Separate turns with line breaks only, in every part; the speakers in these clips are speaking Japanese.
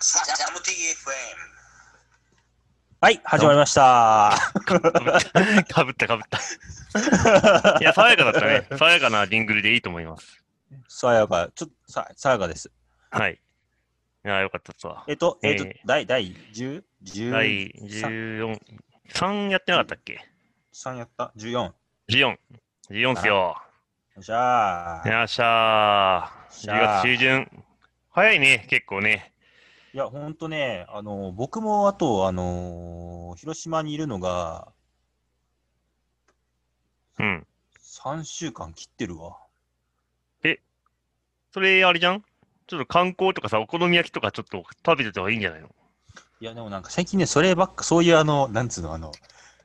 ジャムティ FM。
はい、始まりました。
かぶったかぶった。いや、爽やかだったね。爽やかなジングルでいいと思います。
さやか、ちょっと、ささやかです。
はい。いや、よかったっすわ。
えっと、えっと
えー、
第、第 10? 10
第14、3やってなかったっけ
3やった ?14。よ
?14。14っすよ。
っしゃー。
よっしゃー。10月中旬。早いね、結構ね。
いや、ほんとね、あの、僕もあと、あのー広島にいるのが
うん。
3週間切ってるわ。
それ、あれじゃんちょっと観光とかさ、お好み焼きとかちょっと食べてた方がいいんじゃないの
いや、でもなんか最近ね、そればっか、そういうあの、なんつうの、あの、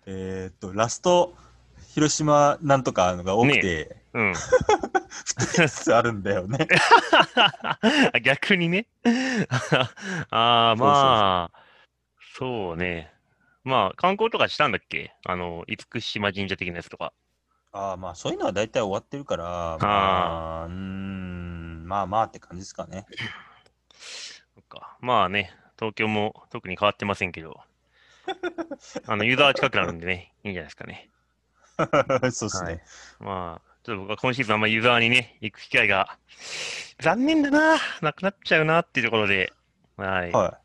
えーっと、ラスト、広島なんとかのが多くて、
うん。
つ あるんだよね。
あ逆にね。 ああ、まあ、そうね。まあ、観光とかしたんだっけあの、厳島神社的なやつとか。
ああ、まあ、そういうのは大体終わってるから、まあ、うーん、まあまあって感じですかね。
そっかまあね、東京も特に変わってませんけど、あの、ユーザーは近くなるんでね、いいんじゃないですかね。
そうですね。
まあ、ちょっと僕は今シーズンあんまユーザーにね、行く機会が、残念だな、なくなっちゃうなっていうところで、はい。
は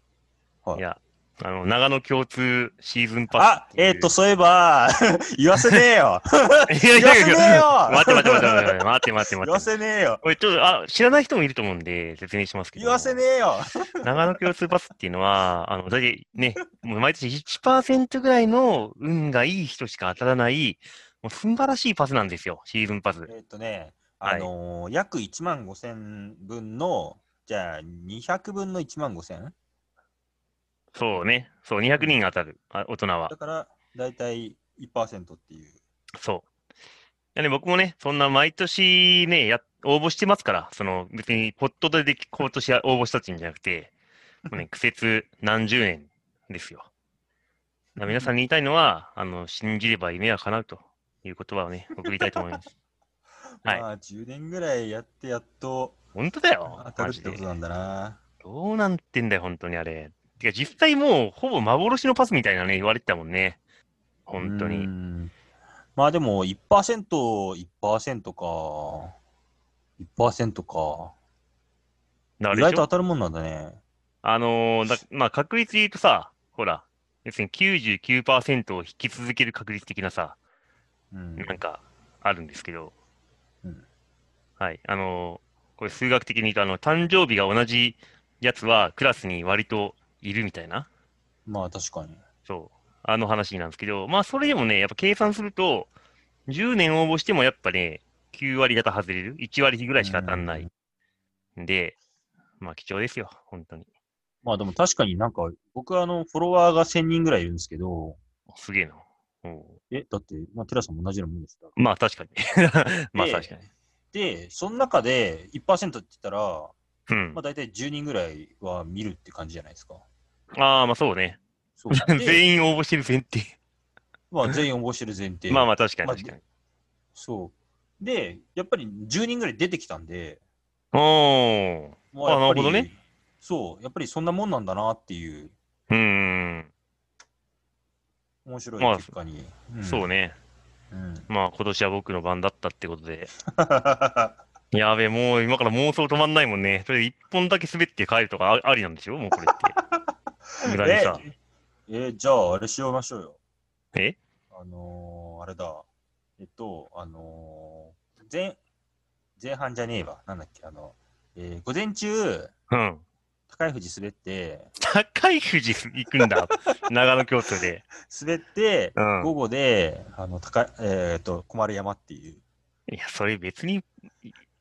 い。
いや、あの、長野共通シーズンパ
あ
ス、ていう
えっ、と、そういえば、 言わせねえ よ
いやいやいや
言わせねえよ
待って待って待って待って待って待って
言
待
わ
って。
せねえよ
これちょっと、あ、知らない人もいると思うんで、説明しますけど。
言わせねえよ
長野共通パスっていうのは、あの、だいね、もう毎年1%ぐらいの運がいい人しか当たらない、もう素晴らしいパスなんですよ、シーズンパス。
えっとね、
はい
あのー約1万5千分の、じゃあ、200分の1万5千
そうね。そう、200人当たる、あ大人は
だ。から、だいたい1%っていう。
そう。いやね、僕もね、そんな毎年ね、や、応募してますから、その、別に、ポットででき、今年は応募したっていうんじゃなくて、もうね、苦節何十年ですよ。だから皆さんに言いたいのは、あの、信じれば夢は叶うという言葉をね、送りたいと思います。 はい
まあ、10年ぐらいやって、やっと
本当
当
だ よ、
た
マ
るっ
ジ
て
で
こ。となんだな。
どうなってんだよ、本当にあれ。てか、実際もう、ほぼ幻のパスみたいなね、言われてたもんね。本当
うー
に。
ん。まあでも1%、1%か。1%か。
だからあ
意
れで
外
し
と
ょ
当たるもんなんだね。
あのーだまあ、確率で言うとさ、ほら、要するに99%を引き続ける確率的なさ、
うん。
なんか、あるんですけど、
うん
はい、あのーこれ数学的に言うと、あの、誕生日が同じやつはクラスに割といるみたいな、
まあ確かに。
そう、あの話なんですけど、まあ、それでもね、やっぱ計算すると、10年応募してもやっぱね、9割方外れる、1割ぐらいしか当たんない。んで、まあ、貴重ですよ、本当に。
まあでも確かになんか、僕はあの、フォロワーが1000人ぐらいいるんですけど、
すげえな。おう
え、だって、まあテラさんも同じようなもんでした。
まあ確かに。まあ
で
確かに。
で、その中で1%って言ったら、
うん
まあ。大体10人ぐらいは見るって感じじゃないですか。
ああ、まあそうね。
そう。で、
全員応募してる前提。
まあ全員応募してる前提。
まあまあ確かに
まあ
確かに。
そう。で、やっぱり10人ぐらい出てきたんで、
おー。
もうやっぱり
あなるほどね。
そう、やっぱりそんなもんなんだなっていう、
うーん。
面白
ま
い
あ
結果に。
そ
ね。
うね。
うん、
まあ今年は僕の番だったってことで。やべえ、もう今から妄想止まんないもんね。それ一本だけ滑って帰るとかあありなんでしょもうこれ って。無駄に さ。
え、えじゃあ、あれしようましょうよ。
え
あのー、あれだ。えっと、あのー、前、前半じゃねえわ。なんだっけ、あの、えー、午前中、
うん。
高い富士滑って、
高い富士行くんだ。長野競争で。
滑って、
うん
午後で、あの、高い、えーっと、小丸山っていう。
いや、それ別に、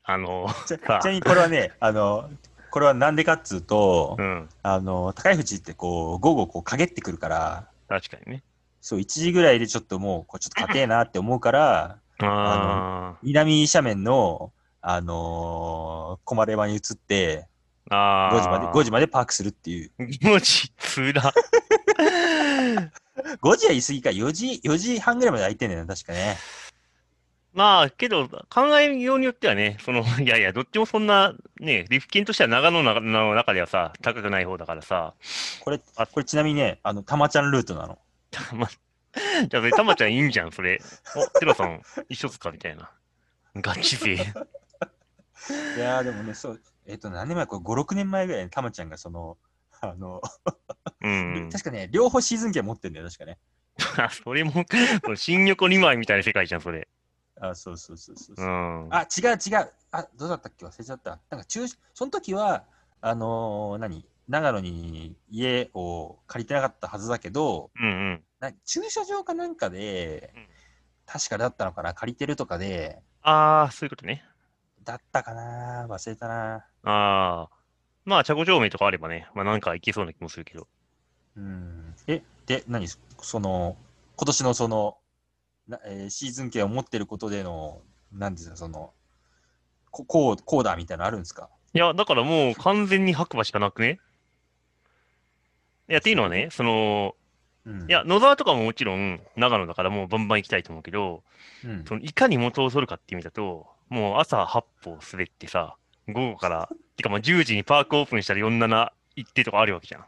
あの、
ち
さ
なちなみにこれはね、あの、これはなんでかっつうと、
うん。
あの、高い藤ってこう、午後こう、陰ってくるから、
確かにね。
そう、1時ぐらいでちょっともう、こう、ちょっと硬えなって思うから、
あ
南斜面の、あのー、駒山に移って、
ーあ
5時まで、
ー
5時までパークするっていう。
文字つら。
5時は言い過ぎか、4時、4時半ぐらいまで空いてんねんな、確かね。
まあ、けど、考えようによってはね、その、いやいや、どっちもそんなね、リフ金としては長野のの中ではさ、高くない方だからさ、
これ、
あ
これちなみにね、あの、たまちゃんルートなの。
たま、じゃあそれ、たまちゃんいいんじゃん、それ。お、テロさん、一緒っすかみたいな。ガチ勢。
いやー、でもね、そう、えっ、と、何年前これ5、6年前ぐらいにたまちゃんがその、あの、
うん。
確かね、両方シーズン券持ってんだよ、確かね。
あ それも、もう新横2枚みたいな世界じゃん、それ。。
あ、そうそうそうそうそううんあ、違う違う。あ、どうだったっけ忘れちゃった。なんか中、その時は、あのー何長野に家を借りてなかったはずだけど、
うんうん。
な駐車場かなんかで、
うん
確かだったのかな、借りてるとかで、
ああ、そういうことね。
だったかな、忘れたな。
ああ。まあ、車庫証明とかあればね、まあなんかいけそうな気もするけど。
うん。え、で、何その、今年のその、なえーシーズン券を持ってることでの、なんですか、その、ここう、こうだみたいなのあるんですか
いや、だからもう完全に白馬しかなくねいや、っていうのはね、その、
うん。
いや、、野沢とかももちろん長野だからもうバンバン行きたいと思うけど、
うん
そのいかに元を取るかって意味だと、もう朝8歩滑ってさ、午後から、てかまあ10時にパークオープンしたら47行ってとかあるわけじゃん。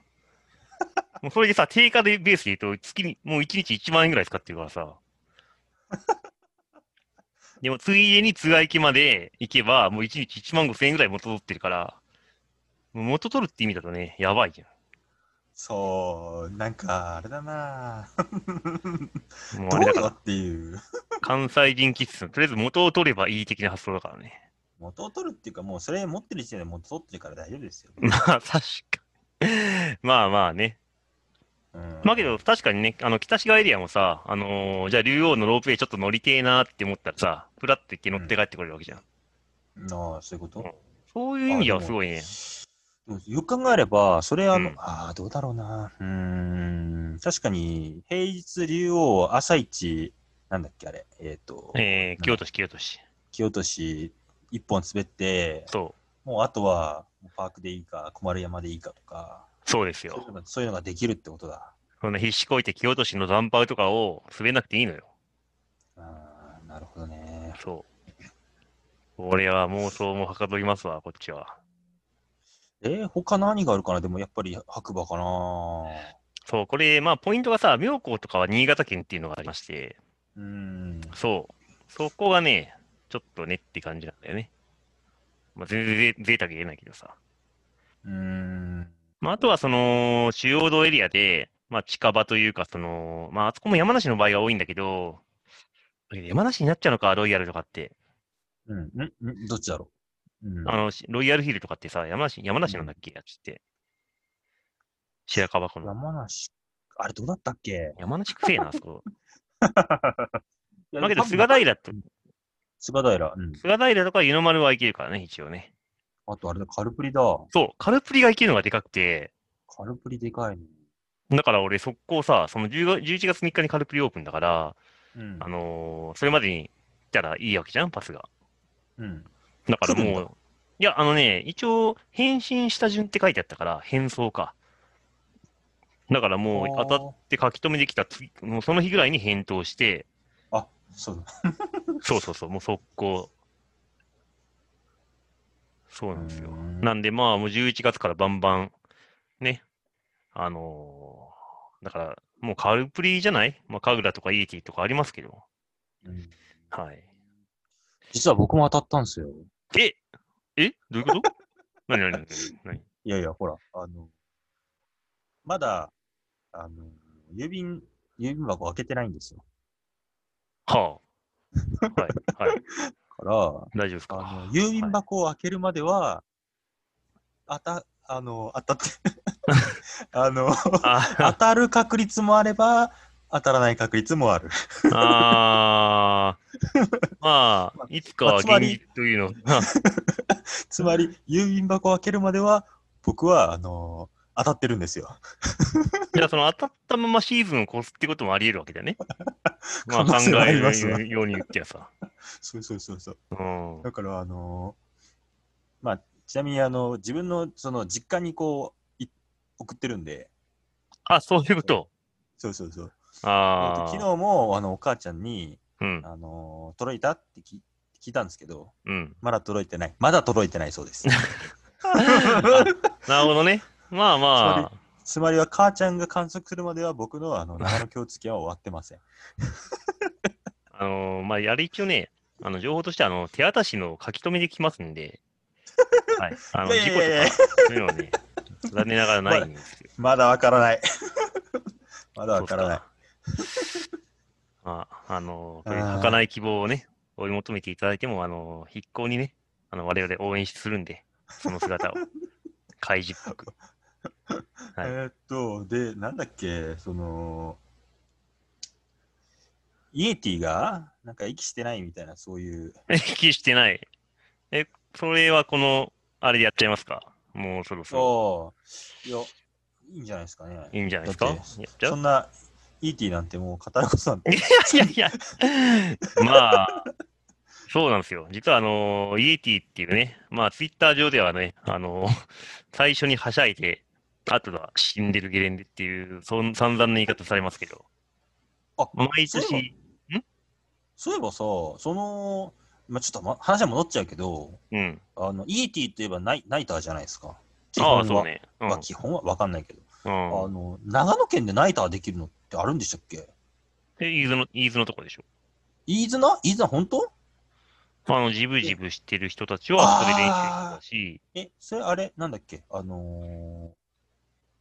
もうそれでさ、定価でベースで言うと、月にもう1日1万円ぐらい使ってるからさ。でも、ついでに津賀駅まで行けば、もう1日1万5千円ぐらい元取ってるから、もう元取るって意味だとね、やばいじ
そう、なんか、あれだ な
ゃん。もう
どう
あれだか
よ
ら、
っていう。
関西人気質の、とりあえず元を取ればいい的な発想だからね。
元を取るっていうか、もうそれ持ってる時点で元取ってるから大丈夫ですよ。
まあ、確かに。まあまあね。
うん
まあけど、、確かにね、あの、北志賀エリアもさ、あのーじゃあ竜王のロープウェイちょっと乗りてえなって思ったらさ、ふらって行って乗って帰ってこれるわけじゃん。
ああ、そういうこと
うんそういう意味ではすごいね。
うんよく考えれば、それあの、
うん
ああ、どうだろうな。うーん、確かに、平日竜王朝一、なんだっけ、あれ、えっ、と、
えー、京都市、京都市。
木落とし一本滑って、
そ
もうあとは、パークでいいか、小丸山でいいかとか、
う、そうです
そういう
よ。
のがそういうのができるってことだ。
そんな必死こいて京都市の残波とかを滑んなくていいのよ。
あーなるほどね。
そう。これは妄想もはかどりますわ、こっちは。
えー、他何があるかなでもやっぱり白馬かな
そう、これ、まあ、ポイントがさ、妙高とかは新潟県っていうのがありまして、
うーん。
そう。そこがね、ちょっとねって感じなんだよね。まあ、全然ぜ贅沢言えないけどさ。
うーん。
まあ、あとはその、主要道エリアで、まあ、近場というか、その、まあ、あそこも山梨の場合が多いんだけど、山梨になっちゃうのか、ロイヤルとかって。
うん。んんどっちだろう、うん、
あの、しロイヤルヒルとかってさ、山梨、山梨なんだっけやつって。白樺湖の。
山梨、あれどうだったっけ
山梨くせえな、あそこ。
いや
まあけど、
多分
菅平と、
菅平。うん。
菅平とか湯の丸はいけるからね、一応ね。
あとあれだ、カルプリだ。
そう、カルプリがいけるのがでかくて、
カルプリでかいね。
だから俺、速攻さ、その10が11月3日にカルプリオープンだから、
うん
あのーそれまでに来たらいいわけじゃん、パスが。
うん。
だか
来
ら
るん
も
だ
う、いや、あのね、一応、返信した順って書いてあったから、変装か。だからもう、
あー
当たって書き留めできた次、もうその日ぐらいに返答して、
あ、そうだ。
そうそうそう、もう速攻。そうなんですよ
うー。ん
なんで、まあ、もう11月からバンバン、ね、あのーだから、もうカルプリじゃないまあ、カグラとかイーティとかありますけど、
うん
はい。
実は僕も当たったんですよ。
ええどういう こと何何何何
いやいや、ほら、あの、まだ、あの、郵便、郵便箱開けてないんですよ。
はあ。はい。はい。
から、
大丈夫です
あ
か
の、郵便箱を開けるまでは、あた、あの、当た って、あの、当
あ
たる確率もあれば、当たらない確率もあ る。
あ ー。まあ、いつかは
つま
現
り
実と いうの。
つまり、郵便箱を開けるまでは、僕は、あの、当たってるんですよ。
じゃあ、その当たったままシーズンを越すってこともあり得るわけだ よね。まあ、
可
考
能性はあ
え
りますわ
るように言ってやさ。
そうそうそうそう。
うん。
だから、あの、まあ、ちなみに、あの、自分の、その、実家にこう、い送ってるんで、
あ、そういうこと。
そうそうそう。
ああ。
昨日も、あの、お母ちゃんに、
うん。
あの、届いたってき聞聞いたんですけど、
うん。
まだ届いてない。まだ届いてないそう です。
なるほど ね。まあまあ、
つまりは母ちゃんが観測するまでは僕のあの長野共通券は終わってません。
あのーまあ、やる一応ね、あの情報としてあの手渡しの書き留めできます んで、はい。あの、
い
事
や
故
い
と
やいや
か、そういうのは ね、残念ながらないんですよ。
まだわから ない。まだわからない。
そうっすか。まあ、あのーこういう儚い希望をね、追い求めていただいても、あのー筆行にね、あの我々応援するんで、その 姿を、開示っぽく。 はい
えーっと、で、なんだっけ、その、イエティが、なんか息してないみたいな、そういう、
え、気してない。え、それはこの、あれでやっちゃいますかもうそろそろ。
そう、いや、いいんじゃないですかね。
いいんじゃないですか
だ
や
っ
ってちゃ
そ
うん
な、イーティなんてもう語ることなんて、
いやいや いや。まあ、そうなんですよ。実はあの、イエティっていうね、まあ、ツイッター上ではね、あの、 最初にはしゃいで、あとは死んでるゲレンデっていう、そん散々な言い方されますけど、
あ
毎
そうい
年、
そういえばさ、その、まあ、ちょっと、ま、話は戻っちゃうけど、
うん。
あの、イーティといえばナイナイターじゃないですか。基本
あ
は
あ、そうね。うん
まあ、基本はわかんないけど、
うん。
あの、長野県でナイターできるのってあるんでしたっけ
で、イーズの、イーズのとこでしょ。
飯綱飯綱本当
あの、ジブジブしてる人たちは、それ練習だし、
え、それあれ、なんだっけあの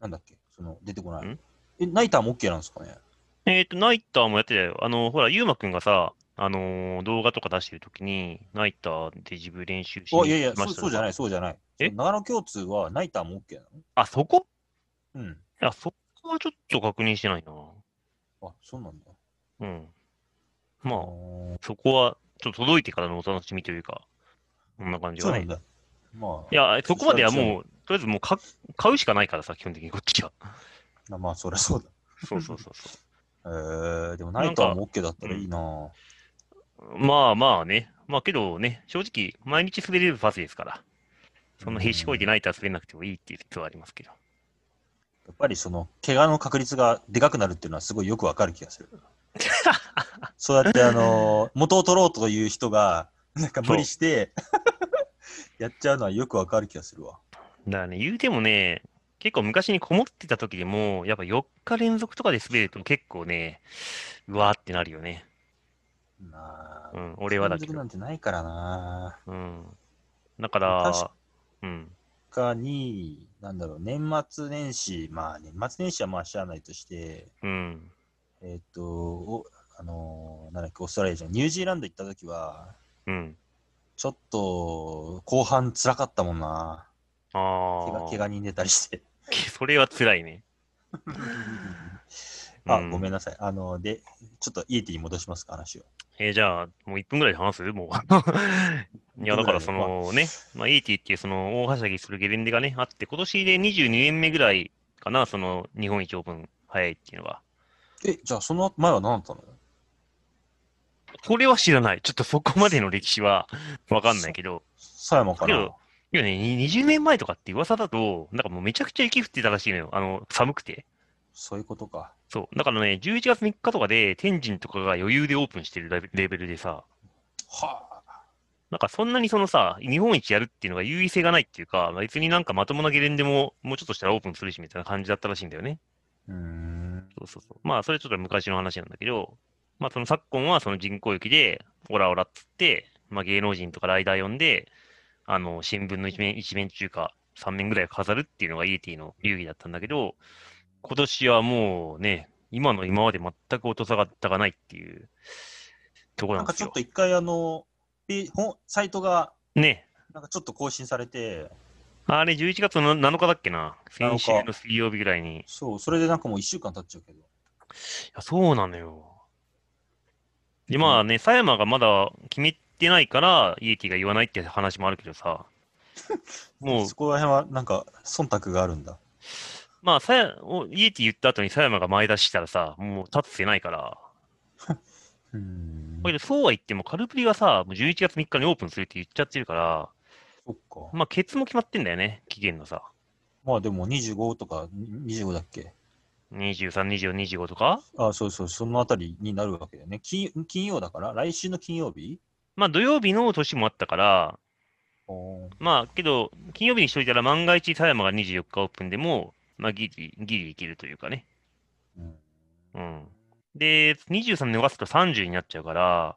ー、なんだっけその、出てこない
ん。
え、ナイターも OK なんですかね
えっ、と、ナイターもやってたよ。あの、ほら、ゆうまくんがさ、あのー動画とか出してるときに、ナイターで自分練習し
あ、
に
いやいや、
行きま
そう
した。
そうじゃないい、そうじゃない。
え
その長野共通はナイターも OK な
あ、そこ
のうん。
いや、そこはちょっと確認してないな。
あ、そうなんだ。
うん。
あ
まあ、
ー
そこは、ちょっと届いてからのお楽しみというか、こんな感じ
そう
は
な
ね。
んだ。ま
いや、そこまでは
そうそう
もう、とりあえずもうか買うしかないからさ、基本的にこっちは。
あ、まあ、そりゃ そうだ。
そうそうそうそ
えー、でもナイターも OK だったらいいなぁ
う。まあまあね。まあけどね、正直、毎日滑れるパスですから、その必死こいて
うんや
ナイター滑れなくてもいいっていう説はありますけど。
っぱりその、怪我の確率がでかくなるっていうのはすごいよくわかる気がす る。そうやって、あのー元を取ろうという人が、なんか無理 して、やっちゃうのはよくわかる気がするわ。
だからね、言うてもね、結構昔にこもってた時でも、やっぱ4日連続とかで滑ると結構ね、うわーってなるよね。
なあ
う、ん、俺はだけ
連続
ど
な。んてないからな
うん。だから、
確
うん。
他に、なんだろう、年末年始、まあ、年末年始はまあ、しゃあないとして、
うん。
えーっ、と、おあのーなんだっけ、オーストラリアじゃん、ニュージーランド行った時は、
うん。
ちょっと、後半辛かったもんな
あ
怪我、怪
あ。
我人出たりして。
それは辛いね。
あ、
うん
ごめんなさい。あの、で、ちょっとイエティに戻しますか、話を。
えーじゃあ、もう1分ぐらいで話すもう。 いや、だからそのね、まあ、ET っていうその大はしゃぎするゲレンデがね、あって、今年で22年目ぐらいかな、その日本一オープン早いっていうのは。
え、じゃあ、その前は何だったの
これは知らない。ちょっとそこまでの歴史はわかんないけど、
狭山か
け
な
どいやね、に20年前とかって噂だと、なんかもうめちゃくちゃ雪降ってたらしいのよ。あの、寒くて。
そういうことか。
そう。だからね、11月3日とかで天神とかが余裕でオープンしてるレベレベルでさ、
はあ。
なんかそんなにそのさ、日本一やるっていうのが優位性がないっていうか、まあ別になんかまともなゲレンデももうちょっとしたらオープンするしみたいな感じだったらしいんだよね。
うーん。
そうそうそう。まあそれちょっと昔の話なんだけど、まあその昨今はその人工雪で、オラオラっつって、まあ芸能人とかライダー呼んで、あの、新聞の一面、一面中か3面ぐらい飾るっていうのが ET の流儀だったんだけど、今年はもうね、今の今まで全く音下がったがないっていうところ
な
なんんで
か
す
ちょっ
よ
と。一回、あの、ペほサイトが、
ね。
なんかちょっと更新されて、
あれ、11月の7日だっけな。
7日
先週の水曜日ぐらいに。い
そう、それでなんかもう1週間経っちゃうけど。
や、そうなのよ。で、まあね、狭山がまだ決めてないから、イエティが言わないって話もあるけどさ。もう
そ、こら辺はなんか、忖度があるんだ。
まあ、さや、おイエティ言った後に狭山が前出ししたらさ、もう立つてないから。
うーん
これで、そうは言っても、カルプリはさ、もう11月3日にオープンするって言っちゃってるから、
そっか。
まあ、ケツも決まってんだよね、期限のさ。
まあでも25とか、25だっけ
23、24、25とか
あそうそう、そのあたりになるわけだよね。金金曜だから、来週の金曜日
まあ土曜日の年もあったから、
おー
まあけど、金曜日にしといたら万が一、田山が24日オープンでも、まあギリ、ギリいけるというかね。
うん
うん。で、23逃すと30になっちゃうから、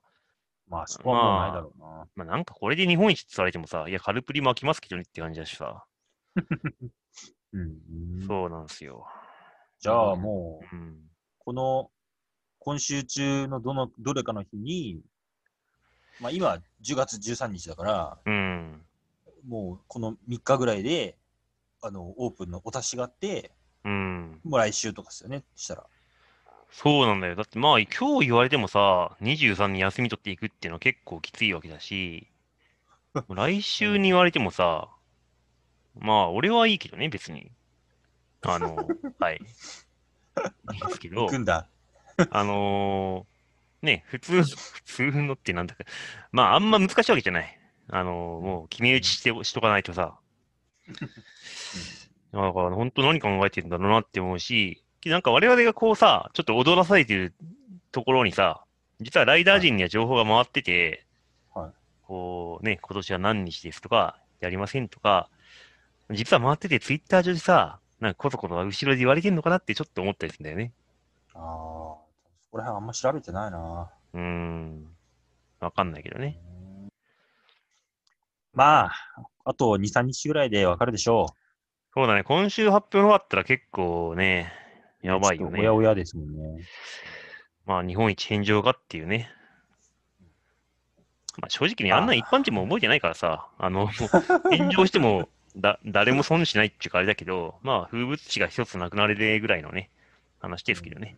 まあ、そこはもうないだろうな。
まあなんかこれで日本一って言われてもさ、いや、カルプリも飽きますけどねって感じだしさ。
うん
そうなんですよ。
じゃあもう、
うん。
この、今週中のどの、どれかの日に、まあ今、10月13日だから、
うん。
もうこの3日ぐらいで、あの、オープンのお達しがあって、
うん。
もう来週とかですよね、したら。
そうなんだよ。だってまあ、今日言われてもさ、23に休み取っていくっていうのは結構きついわけだし、来週に言われてもさ、まあ、俺はいいけどね、別に。あの、はい。いいんですけど
行、くんだ。
あのーね、普通、普通のってなんだか、まあ、あんま難しいわけじゃない。あのーもう決め打ちして、しとかないとさ。だから、本当何考えてんだろうなって思うし、なんか我々がこうさ、ちょっと踊らされてるところにさ、実はライダー陣には情報が回ってて、
はい
こうね、今年は何日ですとか、やりませんとか、実は回っててツイッター上でさ、なんかこそこそ後ろで言われてんのかなってちょっと思ったりするんだよね。
ああ、そこら辺あんま調べてないな。
うーん。わかんないけどね。
まあ、あと2、3日ぐらいでわかるでしょ
そうだね。今週発表の方あったら結構ね、
う。
やばい
ち
よ
ょっとおやお
ね。
やですもんね。
まあ、日本一返上がっていうね。まあ、正直にあんな
あー
一般人も覚えてないからさ、あの、もう炎上してもだ誰も損しないっていうかあれだけど、まあ、風物詩が一つなくなれるぐらいのね、話ですけどね。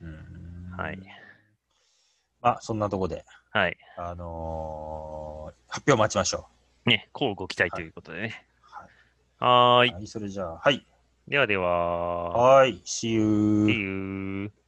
うん
はい。
まあ、そんなとこで、
はい。
あのー発表待ちましょ
ね、こうご期待ということでね。
う。
はーい。
はい、それじゃあ、はい。
ではでは、
はい、See you.
See you.